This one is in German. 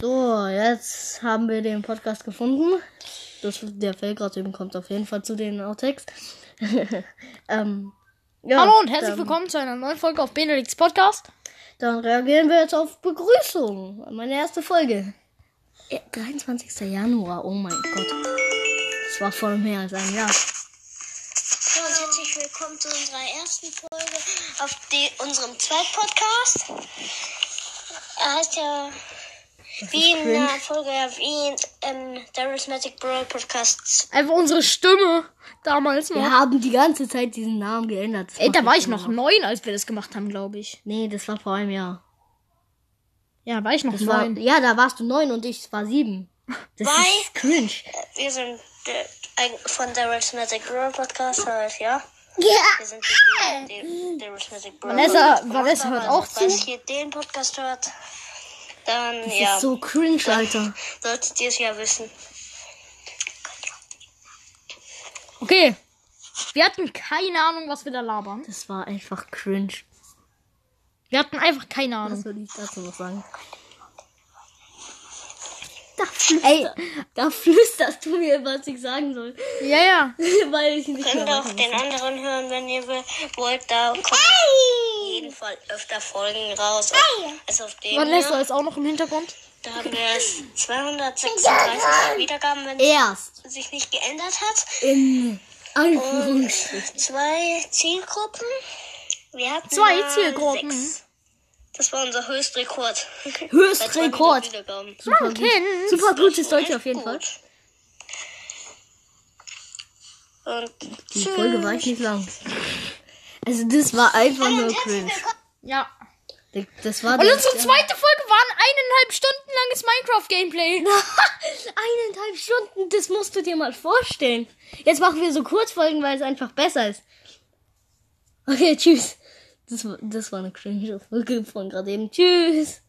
So, jetzt haben wir den Podcast gefunden. Das, der Fell gerade eben kommt auf jeden Fall zu den Outtakes. ähm, ja, Hallo und herzlich dann, willkommen zu einer neuen Folge auf Benedikts Podcast. Dann reagieren wir jetzt auf Begrüßung. Meine erste Folge. Ja, 23. Januar, oh mein Gott. Das war vor mehr als einem Jahr. Hallo und herzlich willkommen zu unserer ersten Folge auf die, unserem zweiten Podcast. Er heißt ja, wie in cringe. der Folge erwähnt, ähm, Charismatic Brawl Podcast. Einfach unsere Stimme damals noch. Wir haben die ganze Zeit diesen Namen geändert. Das Ey, da macht war jetzt ich noch immer- neun, als wir das gemacht haben, glaube ich. Nee, das war vor einem Jahr. Ja, war ich noch Das war, neun. ja, da warst du neun und ich war sieben. Das Bei- ist cringe. Wir sind äh, ein- von Charismatic Brawl Podcast halt, ja. Wir sind die, die, die Charismatic Brawl Vanessa, Vanessa hört auch zu. Falls ihr den Podcast hört, dann Das ja, ist so cringe, Alter. solltet ihr es ja wissen. Okay. Wir hatten keine Ahnung, was wir da labern. Das war einfach cringe. Wir hatten einfach keine Was Ahnung. soll ich dazu noch sagen? Da flüster, Ey, da flüsterst du mir, was ich sagen soll. Ja, ja. Weil ich nicht mehr Könnt auch weiß. den anderen hören, wenn ihr will- wollt. Da kommen auf jeden Fall öfter Folgen raus. Als auf dem Vanessa hier. ist auch noch im Hintergrund. Da haben wir jetzt 236 Wiedergaben, wenn Erst es sich nicht geändert hat. in Und Anführungsstrichen. zwei Zielgruppen. Wir hatten Zwei mal Zielgruppen. Sechs. Das war unser Höchstrekord. Bei 200 Höchstrekord. Wiedergaben. Super, Man gut. kennt's. Super gutes Das war Deutsch auf echt jeden gut. Fall. Und Die Folge war ich nicht lang. Also das war einfach nur cringe. Ja. Das war Und das- unsere zweite Folge war ein eineinhalb Stunden langes Minecraft-Gameplay. Eineinhalb Stunden, das musst du dir mal vorstellen. Jetzt machen wir so Kurzfolgen, weil es einfach besser ist. Okay, tschüss. Das, war- das war eine cringe Folge von gerade eben. Tschüss.